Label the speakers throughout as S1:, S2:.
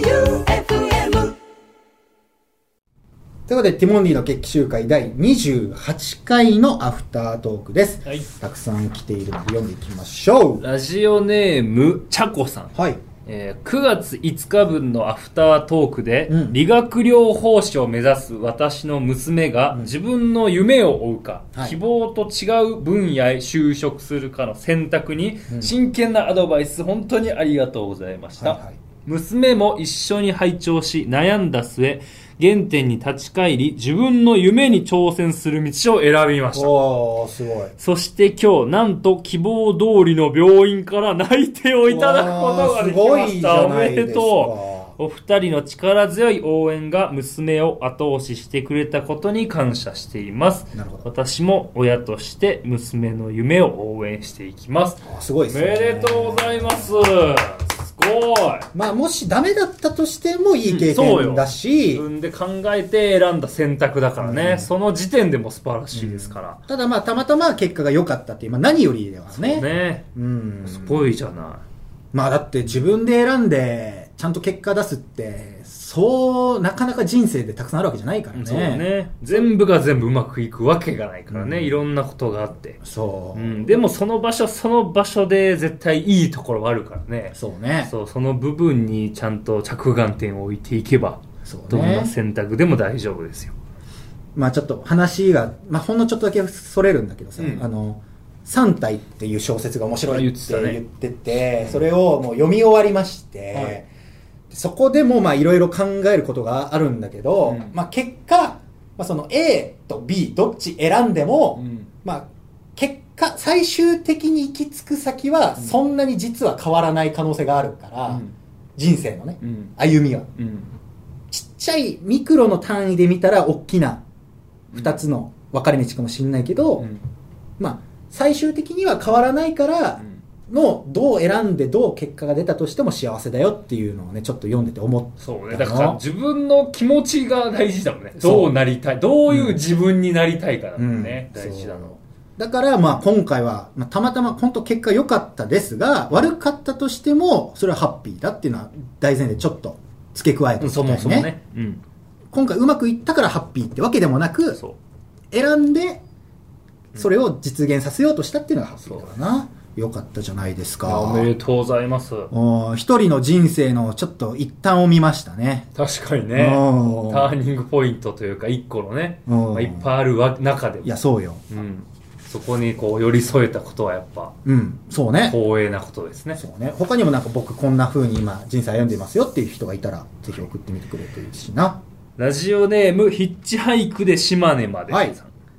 S1: J-O-E-U-F-M
S2: ということで、ティモンディの決起集会第28回のアフタートークです。
S3: はい
S2: たくさん来ているので読んでいきましょう。
S3: ラジオネーム、ちゃこさん。
S2: はい。
S3: えー9月5日分のアフタートークで、
S2: うん
S3: 理学療法士を目指す私の娘が自分の夢を追うか、
S2: はい
S3: 希望と違う分野へ就職するかの選択に真剣なアドバイス、本当にありがとうございました、
S2: はいはい
S3: 娘も一緒に拝聴し悩んだ末原点に立ち返り自分の夢に挑戦する道を選びました
S2: おー、すごい。
S3: そして今日、なんと希望通りの病院から内定をいただくことができま
S2: わーすごい
S3: し
S2: じ
S3: た。
S2: ゃ
S3: お
S2: ない
S3: め
S2: です
S3: で
S2: か。
S3: とう。お二人の力強い応援が娘を後押ししてくれたことに感謝しています。
S2: なるほど。
S3: 私も親として娘の夢を応援していきます。
S2: あすごい
S3: お
S2: です
S3: め
S2: ね。
S3: でとうございます。すごい。
S2: まあ、もしダメだったとしてもいい経
S3: うんそう
S2: 験
S3: よ
S2: だし、
S3: 自分で考えて選んだ選択だからね。
S2: うん
S3: その時点でも素晴らしいですから。
S2: ただまあ、たまたま結果が良かったっていう、まあ何よりではね。
S3: ね。
S2: うん。
S3: すごいじゃない。
S2: まあだって自分で選んで、ちゃんと結果出すって、そう、なかなか人生でたくさんあるわけじゃないからね。
S3: そうね全部が全部うまくいくわけがないからね、
S2: うん
S3: いろんなことがあって、
S2: そうう。
S3: ん、でもその場所その場所で絶対いいところはあるからね
S2: そうね。
S3: そうその部分にちゃんと着眼点を置いていけば
S2: そう
S3: どん
S2: ね
S3: な。選択でも大丈夫ですよ、
S2: まあちょっと話が、まあほんのちょっとだけそれるんだけどさ、
S3: うん
S2: あの、三体っていう小説が面白いって
S3: あ言ってたね
S2: 言ってて、それをもう読み終わりまして、
S3: はい
S2: そこでもまあいろいろ考えることがあるんだけど、
S3: うん
S2: まあ結果、まあその A と B どっち選んでも、まあ、結果、最終的に行き着く先は、
S3: うん
S2: そんなに実は変わらない可能性があるから、人生のね、
S3: うん
S2: 歩みは。
S3: うん
S2: ちっちゃいミクロの単位で見たら、大きな2つの分かれ道かもしれないけど、
S3: うん
S2: まあ、最終的には変わらないからの、どう選んでどう結果が出たとしても幸せだよっていうのをね、ちょっと読んでて思っ
S3: そうね
S2: だ
S3: だ
S2: な
S3: から自分の気持ちが大事だもんね
S2: そう
S3: どうなりたいどういう自分になりたいかだもんね、
S2: うん
S3: 大事なのは
S2: だから、まあ、今回は、まあ、たまたま、本当結果良かったですが、悪かったとしても、それはハッピーだっていうのは、大前提ちょっと付け加えて
S3: う
S2: お
S3: ん
S2: きた
S3: そ
S2: い、
S3: も
S2: ね。
S3: そもね、うん、
S2: 今回うまくいったからハッピーってわけでもなく、
S3: そう
S2: 選んで、それを実現させようとしたっていうのがハッピーだからな。良かったじゃないです
S3: い
S2: か。
S3: やおめでとうございます
S2: おー一人の人生のちょっと一端を見ましたね。
S3: 確かにね
S2: おー
S3: ターニングポイントというか一個のね、
S2: うん
S3: まあいっぱいあるわ中でも
S2: いや、そうよ。
S3: うん、そこにこう寄り添えたことはやっぱ
S2: うん、そうね。
S3: 光栄なことですね
S2: そうね。他にもなんか僕こんな風に今人生歩んでますよっていう人がいたら、ぜひ送ってみてくれていいしな。
S3: ラジオネームヒッチハイクで島根までさん、
S2: はい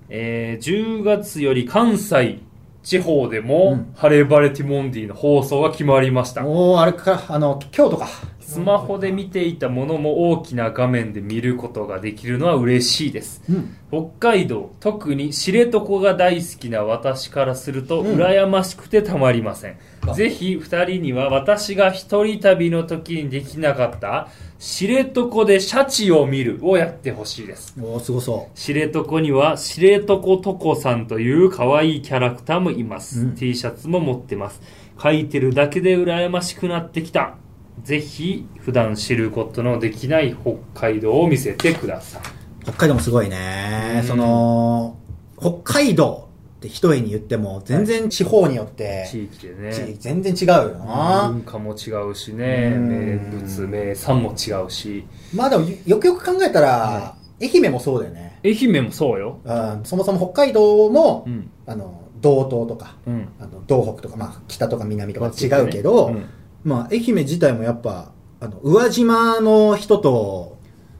S3: えー10月より関西地方で
S2: う
S3: も
S2: ん
S3: 「晴れ晴れティモンディ」の放送が決まりました、
S2: おー、あれか、あの、京都か。
S3: スマホで見ていたものも大きな画面で見ることができるのは嬉しいです
S2: うん。
S3: 北海道特に知床が大好きな私からすると
S2: うん
S3: 羨ましくてたまりません、
S2: あ
S3: ぜひ2人には私が一人旅の時にできなかった知床でシャチを見るをやってほしいです
S2: おー、すごそ
S3: 知床には知床とこさんという可愛いキャラクターもいます、
S2: うん。
S3: T シャツも持ってます書いてるだけで羨ましくなってきたぜひ普段知ることのできない北海道を見せてくださいう
S2: 北海道もすごいね。
S3: うん
S2: その、北海道って一重に言っても、全然地方によって、
S3: 地域でね
S2: 地全然違うよな。
S3: 文化も違うしね
S2: うん
S3: 名物名産も違うし
S2: まあでも、よくよく考えたら、愛媛もそうだよね。
S3: 愛媛もそうよ
S2: うん、そもそも北海道も、
S3: うん
S2: あの、道東とか、
S3: うん
S2: あの道北とか、まあ、北とか南とか違うけど、
S3: うん
S2: まあ、愛媛自体もやっぱ、あの、宇和島の人と、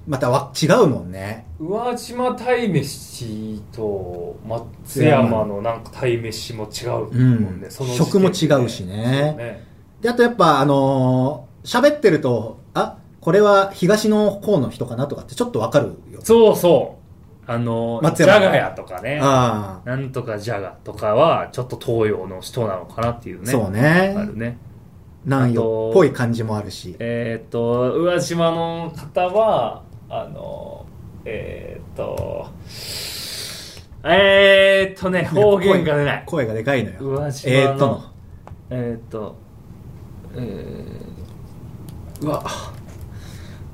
S2: または違うもんね。
S3: 宇和島鯛めしと松山のなんか鯛めしも違うもんね、
S2: うん
S3: その時点で
S2: 食も違うしね
S3: そうね
S2: で、あとやっぱ、あのー喋ってると、あ、これは東の方の人かなとかってちょっとわかるよ。
S3: そうそうあの
S2: 松
S3: ジ
S2: 山
S3: ャガヤとかね
S2: ああ、
S3: なんとかジャガとかはちょっと東洋の人なのかなっていうね
S2: そう
S3: あ
S2: ね。
S3: るね
S2: 南洋っぽい感じもあるし。
S3: えーっと宇和島の方はあのえーっとえーっとね方言が出ない
S2: 声がでかいのよ。
S3: 宇和島の
S2: えーっとの。
S3: えーっとえーうわ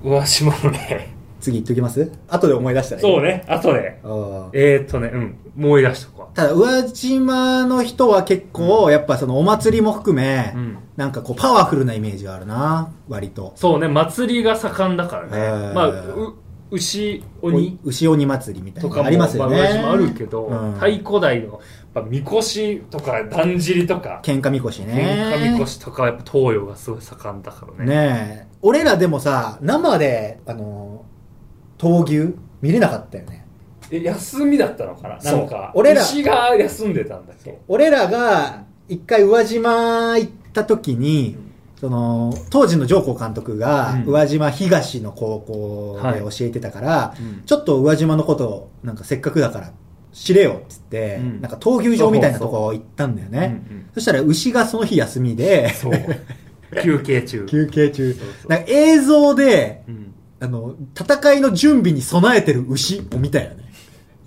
S3: うわ島のね
S2: 次言っときます後で思い出したらいい
S3: そうねあとで
S2: うん
S3: えー、っとねうん思い出しとこう
S2: ただ宇和島の人は結構やっぱそのお祭りも含め、
S3: うん
S2: なんかこうパワフルなイメージがあるな割と
S3: そうね祭りが盛んだからね、
S2: えー
S3: まあう牛鬼
S2: お牛鬼祭りみたい
S3: と
S2: な
S3: か
S2: の
S3: も
S2: ありますよね、
S3: まあ、島あるけど、
S2: うん
S3: 太鼓台のやっぱみこしとかだんじりとか
S2: 喧嘩みこしね
S3: 喧嘩みこしとかはやっぱ東洋がすごい盛んだからね
S2: ねえ俺らでもさ生であの闘牛見れなかったよね
S3: え休みだったのかな
S2: そう
S3: なんか
S2: 俺ら
S3: 牛が休んでたんだっけ
S2: 俺らが一回宇和島行った時に、
S3: うん
S2: その当時の上皇監督が
S3: うん
S2: 宇和島東の高校で教えてたから、
S3: うん
S2: ちょっと宇和島のことをなんかせっかくだから知れよっつって、
S3: うん
S2: なんか闘牛場みたいなとこ行ったんだよねそ
S3: うん
S2: したら牛がその日休みで
S3: そう休憩中
S2: 休憩中
S3: そうそう
S2: なんか映像で
S3: うん
S2: あの戦いの準備に備えてる牛を見たよね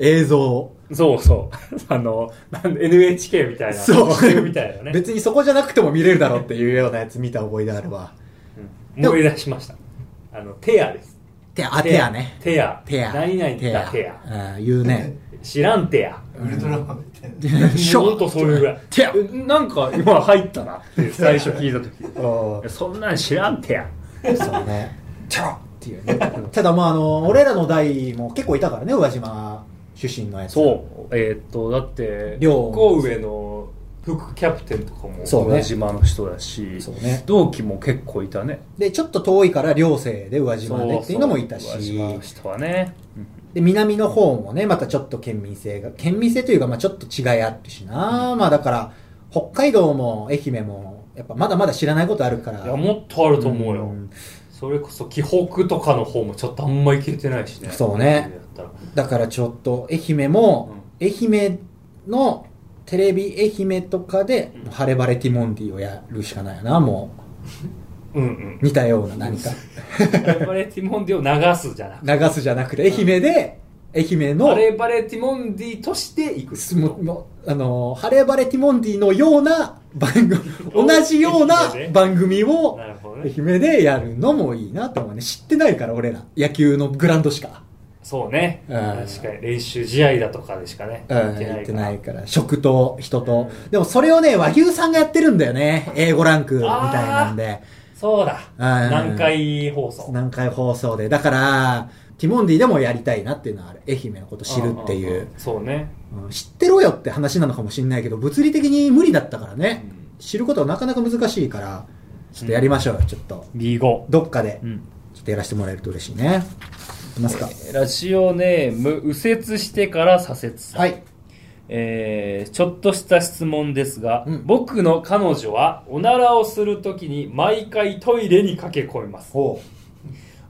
S2: 映像を
S3: そうそう あのなん NHK みたいな
S2: そう
S3: そうみたいなね、
S2: 別にそこじゃなくても見れるだろうっていうようなやつ見た覚えであるわ
S3: うん思い出しましたあのテアです
S2: 手あ手やね
S3: テア
S2: 手や
S3: 何々
S2: 手
S3: だ
S2: や
S3: テア
S2: ああ言うね
S3: 知らんテア
S4: ウルトラマンみたいな。
S2: ショ
S3: ほんとそういうぐらい
S2: 手や
S3: えなんか今入ったなって最初聞いた時
S2: そ
S3: いや そんなん知らんてや
S2: うね
S4: チャラ
S3: っていうね
S2: ただまああの俺らの代も結構いたからね宇和島出身のやつ
S3: そうえーっとだって
S2: 寮
S3: 一個上の副キャプテンとかも
S2: そうね
S3: 宇和島の人だし、
S2: そうね
S3: 同期も結構いたね
S2: でちょっと遠いから寮生で宇和島でっていうのもいたし
S3: そうそう宇和島の人はね、
S2: で南の方もねまたちょっと県民性が県民性というかまあちょっと違いあってしな、まあだから北海道も愛媛もやっぱまだまだ知らないことあるから
S3: いやもっとあると思うよ、
S2: ん
S3: それこそ紀北とかの方もちょっとあんま行けてないしね
S2: そうね
S3: だったら
S2: だからちょっと愛媛も、愛媛のテレビ愛媛とかで「晴れ晴れティモンディ」をやるしかないよなも
S3: うんうん
S2: う似たような何か
S3: バレバレティモンディを流すじ ゃなくて
S2: 流すじゃなくて愛媛で愛媛の
S3: バレバレティモンディとして行く
S2: すもうもうあのー晴れ晴れティモンディのような番 組同じような番組を
S3: なるほど
S2: 愛
S3: ね
S2: 媛でやるのもいいなと思うね知ってないから俺ら野球のグラウンドしか
S3: そうね、
S2: うん
S3: 確かに練習試合だとかでしかね、
S2: うん
S3: 行け
S2: や
S3: な
S2: っ
S3: い
S2: て
S3: から
S2: ないから食と人とでもそれをね和牛さんがやってるんだよね A5 ランクみたいなんで
S3: そうだ、
S2: うん
S3: 南海放送
S2: 何回放送でだからティモンディでもやりたいなっていうのはある愛媛のこと知るってい
S3: ん
S2: うん
S3: んそうね、
S2: うん知ってろよって話なのかもしれないけど物理的に無理だったから
S3: う
S2: ね、
S3: ん、
S2: 知ることはなかなか難しいからちょっとやりましょうよ、ちょっと
S3: B5、
S2: どっかで
S3: うん
S2: ちょっとやらせてもらえると嬉しいねいきますか
S3: ラジオネーム右折してから左折さん
S2: はい
S3: えーちょっとした質問ですが、
S2: うん
S3: 僕の彼女はおならをするときに毎回トイレに駆け込みます
S2: ほ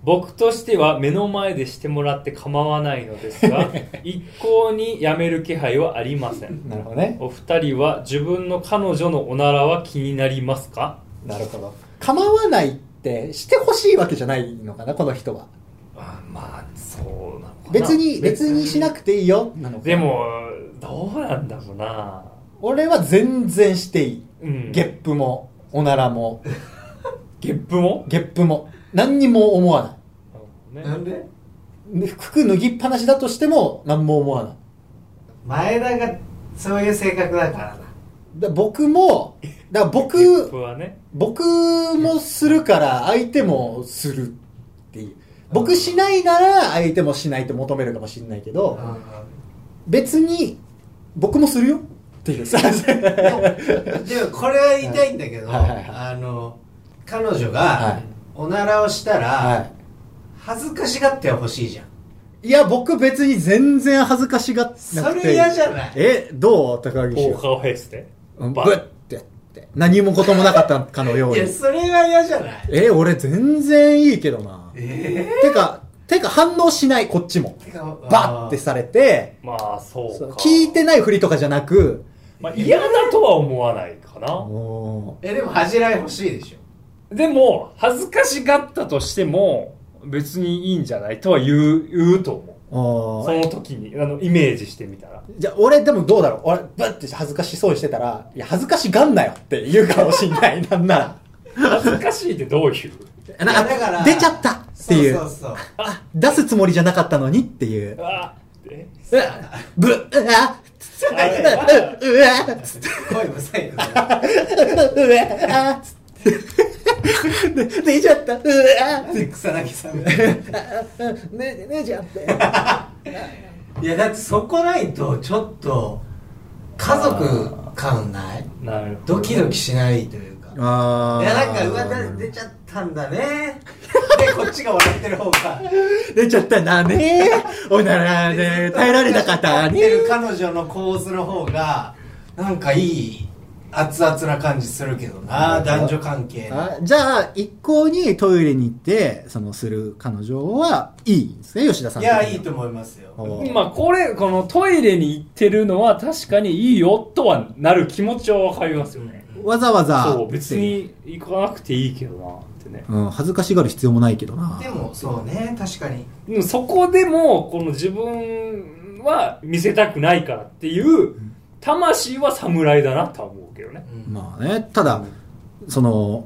S3: 僕としては目の前でしてもらって構わないので すが一向にやめる気配はありません
S2: うなるほどね
S3: お二人は自分の彼女のおならは気になりますか
S2: なるほど構わないってしてほしいわけじゃないのかなこの人は
S3: あまあそうなのかな
S2: 別に別にしなくていいよなのかな
S3: でもどうなんだろうな
S2: 俺は全然していい、
S3: うん
S2: ゲップもおならも
S3: ゲップも、
S2: ゲップも何にも思わ
S3: ね
S4: なんで
S2: ない服脱ぎっぱなしだとしても何も思わない
S4: 前田がそういう性格だからな。
S2: だ僕もだから
S3: ゲップ
S2: 僕
S3: はね
S2: 僕もするから相手もするっていう僕しないなら相手もしないって求めるかもしれないけど別に僕もするよっていうさ
S4: でもでもこれは言いたいんだけど、
S2: はいはいはい
S4: あの彼女
S2: は
S4: が
S2: い
S4: おならをした
S2: は
S4: ら恥ずかしがってほしいじゃん。
S2: いいや僕別に全然恥ずかしがってなくて
S4: それ嫌じゃない
S2: えどう高岸
S3: ポーカーフェイスで
S2: うんブ
S3: バ
S2: ッてやって何もこともなかったかのように
S4: いやそれは嫌じゃない。
S2: え俺全然いいけどな
S4: え
S2: てかてか反応しないこっちも
S4: えか
S2: バッてされて
S3: まあそう
S2: そう
S3: か
S2: 聞いてないふりとかじゃなく
S3: まあ、嫌だとは思わないかな
S2: お
S4: えでも恥じらい欲しいでしょ。
S3: でも恥ずかしがったとしても別にいいんじゃないとは言う言うと思
S2: ーお
S3: う
S2: ー
S3: その時にあのイメージしてみたら
S2: じゃあ俺でもどうだろう俺ブッて恥ずかしそうにしてたら「いや恥ずかしがんなよ」って言うかもしんないなんなら
S3: 恥ずかしいってどういう
S2: あな
S4: だから
S2: 出ちゃったっていう
S4: そうそうそう
S2: あ出すつもりじゃなかったのにっていう
S3: うわって
S2: うわぶうわうわうわつって
S4: 声うるさいよ ね
S2: うわつってで出ちゃったうわ
S4: なんで草薙さんが
S2: ねねちゃって
S4: いやだってそこないとちょっと家族感ない
S3: なるほど
S4: ドキドキしないというか
S2: あー
S4: いやなんかうわだ出ちゃったんだねでこっちが笑ってる方が
S2: 出ちゃったんだね おならで 耐えられなかった
S4: やって
S2: ね
S4: る彼女の構図の方がなんかいい熱々な感じするけどな男女関係の
S2: あじゃあ一向にトイレに行ってそのする彼女はいいんですね吉田さん
S4: い
S2: 的には
S4: やいいと思いますよ
S2: お
S3: まあこれこのトイレに行ってるのは確かにいいよとはなる気持ちはわかりますよね、
S2: わざわざ
S3: そう別に行かなくていいけどなってね
S2: うん、恥ずかしがる必要もないけどな
S4: でもそうね確かに
S3: でもそこでもこの自分は見せたくないからっていう魂は侍だなとは思うけどね
S4: うん
S2: まあねただその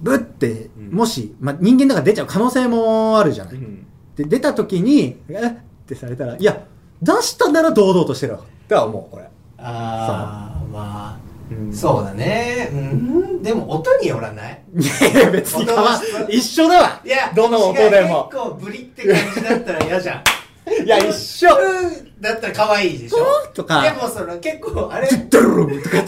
S2: ブって
S3: うん
S2: もし、まあ、人間だから出ちゃう可能性もあるじゃない、
S3: うん
S2: で出た時にえってされたらいや出したなら堂々としてるわとは思うこれ
S4: ああま
S3: うん
S4: あそうだねうんでも音によらない
S2: いや別に変わ
S4: 音の質
S2: 一緒だわ
S4: いや
S2: どの音でも
S4: 違う結構ブリって感じだったら嫌じゃん
S2: いや一緒
S4: うんだったら可愛いでしょ
S2: うんとか
S4: でもその結構あれ
S2: ドゥルルンとかっ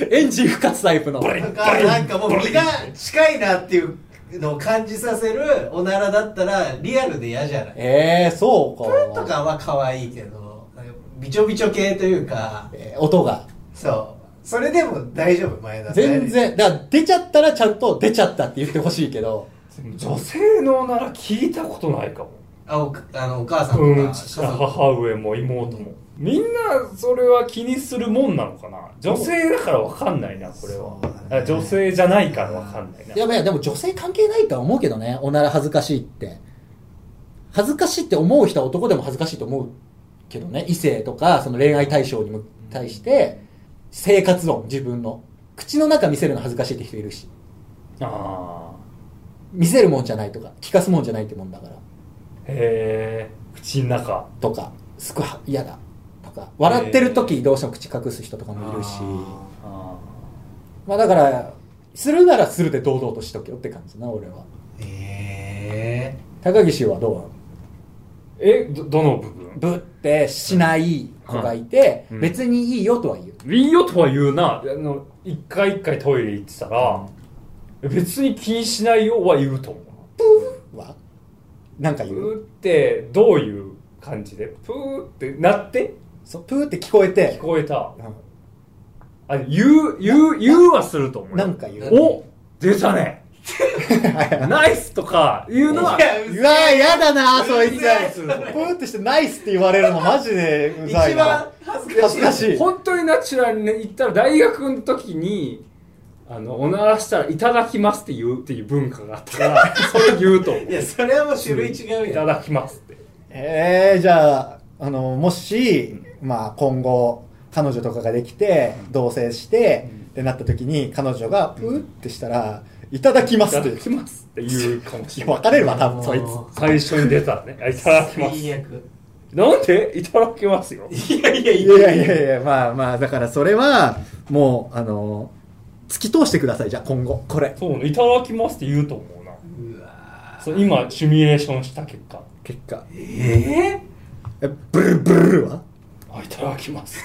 S2: てエンジン不活タイプの
S4: なんかなんかもう身が近いなっていうのを感じさせるおならだったらリアルで嫌じゃない
S2: えー、そうか
S4: プンとかは可愛いけどびちょびちょ系というか
S2: えー音が
S4: そうそれでも大丈夫前田さん
S2: 全然だから出ちゃったらちゃんと出ちゃったって言ってほしいけど
S3: 女性のなら聞いたことないかも
S4: あおあのお母さんとか、
S3: うん、
S4: 家
S3: 父
S4: 族
S3: 母上も妹もみんなそれは気にするもんなのかな女性だから分かんないなこれは
S4: そうだね
S3: あ女性じゃないから分かんないない
S2: やばいやでも女性関係ないとは思うけどねおなら恥ずかしいって恥ずかしいって思う人は男でも恥ずかしいと思うけどね異性とかその恋愛対象にも対して生活論自分の口の中見せるの恥ずかしいって人いるし
S3: ああ
S2: 見せるもんじゃないとか聞かすもんじゃないってもんだから
S3: へえ口の中
S2: とかすごい嫌だとか笑ってる時どうしても口隠す人とかもいるし
S3: あ
S2: まあだからするならするで堂々としとけよって感じな俺は
S4: え
S2: 高岸はどうなの
S3: えどどの部分
S2: ぶってしない子がいて、
S3: うん
S2: 別にいいよとは言う。
S3: いいよとは言うなあの一回一回トイレ行ってたら、別に気にしないよは言うと思う
S2: はなんか言
S3: プ
S2: う。
S3: ーってどういう感じでプーってなって
S2: そう、プーって聞こえ
S3: 聞
S2: て、
S3: こえた
S2: う
S3: あ言う言う言うはすると思
S2: ん
S3: う
S2: なんか言う。
S3: お出たね ナイスとか言う
S4: ー、
S3: のは
S2: うわー、やだなー、そいつ。
S4: う
S2: プ
S4: ざいそれ
S2: ーってしてナイスって言われるのマジでう
S4: 一
S2: ざい
S4: 番
S2: な。
S4: 恥ずか
S2: 恥
S4: しい
S2: ずかしい。
S3: 本当にナチュラルにね言ったら大学の時にあのおならしたら「いただきます」って言うっていう文化があったから それ言うと思う
S4: いやそれはもう種類違
S3: いうた
S4: やん
S3: だきますって
S2: えー、じゃあ、あの、もし、まあ今後、彼女とかができて、同棲して、ってなった時に、彼女がプーってしたら、いただきま
S3: い
S2: す
S3: た
S2: っ
S3: だ
S2: て。
S3: きますって言うかもしれない
S2: 別れるわ、多分、そいつ。
S3: 最初に出たらねあ「いただきます
S4: 最悪」
S3: なんで「いただきますよ」
S4: いやいや
S2: い
S4: いや
S2: やいやいや、まあまあ、だからそれは、もう、あの、突き通してください、じゃあ今後、これ。
S3: そうね「いただきます」って言うと思うな
S4: うわ
S3: そう今シミュレーションした結果
S2: 結果。
S4: ーえ
S2: え、ブルブルルは
S3: 「あいただきます」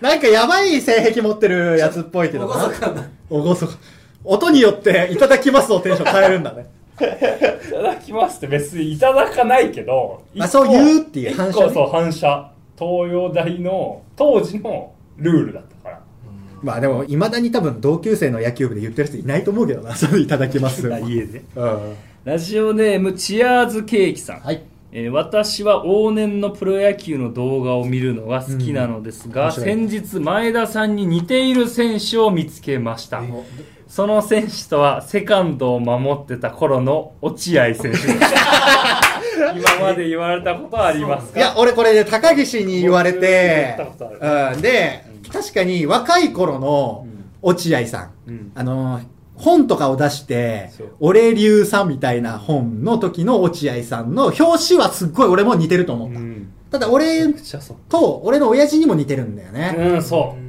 S2: なんかやばい性癖持ってるやつっぽいけ
S4: ー
S2: ど
S4: お
S2: な
S4: こそかな
S2: おごそか。音によって、いただきますのテンション変えるんだね。
S3: いただきますって別にいただかないけど、
S2: あそう言うっていう反
S3: 反射、
S2: 射
S3: ね
S2: ね、
S3: そう反射東洋大の当時のルールだったから
S2: まあでも、いまだに多分同級生の野球部で言ってる人いないと思うけどな、 それいただき ます。うん。
S3: でラジオネームチアーズケーキさん、
S2: はい。
S3: えー私は往年のプロ野球の動画を見るのが好きなのです
S2: うん
S3: が、
S2: 面白い
S3: 先日前田さんに似ている選手を見つけました、その選手とはセカンドを守ってた頃の落合選手で す今まで言われたことはあります
S2: い
S3: か
S2: や、俺これね、高岸に言われて
S3: 僕言ったこ、
S2: うん、で、確かに若い頃の
S3: うん
S2: 落合さん、
S3: うん
S2: あのー、本とかを出して
S3: そう、
S2: 俺流さんみたいな本の時の落合さんの表紙はすっごい俺も似てると思
S3: う
S2: った。
S3: ん
S2: ただ俺
S3: めっちゃそう
S2: と俺の親父にも似てるんだよね。
S3: うんそう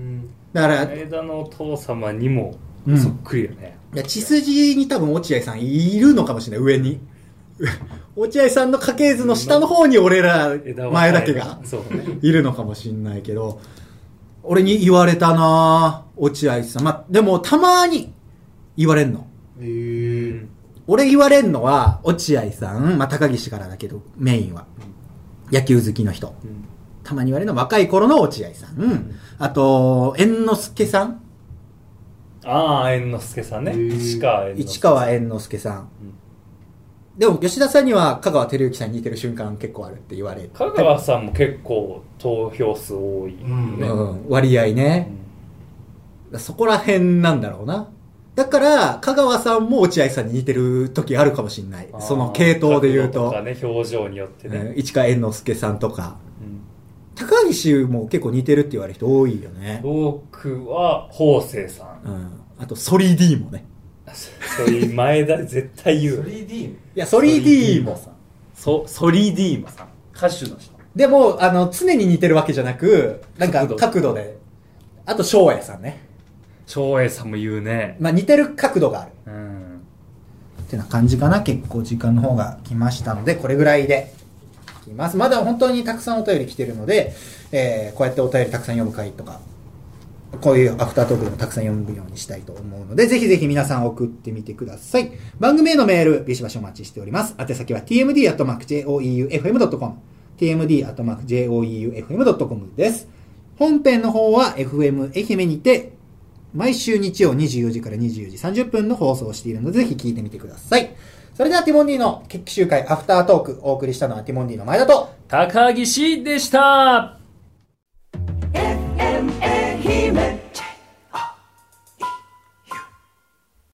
S2: だから、
S3: 枝のお父様にも
S2: うん
S3: そっくりよね、
S2: いや血筋に多分落合さんいるのかもしれない、上に。 落合さんの家系図の下の方に俺ら
S3: 枝、
S2: 前だけが
S3: そうね
S2: いるのかもしれないけど、俺に言われたなぁ落合さん。まあ、でもたまに言われんの。
S4: え
S3: う
S4: ー
S3: ん
S2: 俺言われんのは、落合さん、まあ、高岸からだけど、メインは。野球好きの人。
S3: うん
S2: たまに言われるのは若い頃の落合さん。あと、猿之助さん。
S3: ああ猿之助さんね
S4: へー
S3: 市川猿之
S2: 市
S3: 助
S2: 川猿之助さん。でも、吉田さんには香川照之さんに似てる瞬間結構あるって言われる。
S3: 香川さんも結構投票数多い、
S4: うん
S3: ね
S2: うん、割合ね。そこら辺なんだろうな。だから、香川さんも落合さんに似てる時あるかもしれない
S3: あ。ー
S2: その系統で言う
S3: 角
S2: と、
S3: 度とかね表情によってね、
S2: うん市川猿之助さんとか。
S3: うん
S2: 高岸も結構似てるって言われる人多いよね。
S3: 僕は法政さ
S2: う
S3: ん
S2: ん。あと、ソリー D もね。
S3: そういう前田絶対言う
S4: 3D?
S2: いや、ソリー D も。
S3: そソリディーマさん歌手の人
S2: でも、あの、常に似てるわけじゃなく、なんか
S3: 角度
S2: 角度で。あと、翔也さんね。
S3: 長英さんも言うね
S2: まあ、似てる角度がある。
S3: うん
S2: ってな感じかな。結構時間の方が来ましたので、これぐらいで。いきます。まだ本当にたくさんお便り来てるので、えーこうやってお便りたくさん読む回とか、こういうアフタートークでもたくさん読むようにしたいと思うので、ぜひぜひ皆さん送ってみてください。番組へのメール、ビシバシお待ちしております。宛先は tmd.joeufm.com tmd.joeufm.com です。本編の方は FM 愛媛にて、毎週日曜24時から24時30分の放送をしているので、ぜひ聞いてみてください。それではティモンディの決起集会アフタートーク、お送りしたのはティモンディの前田と、
S3: 高岸でした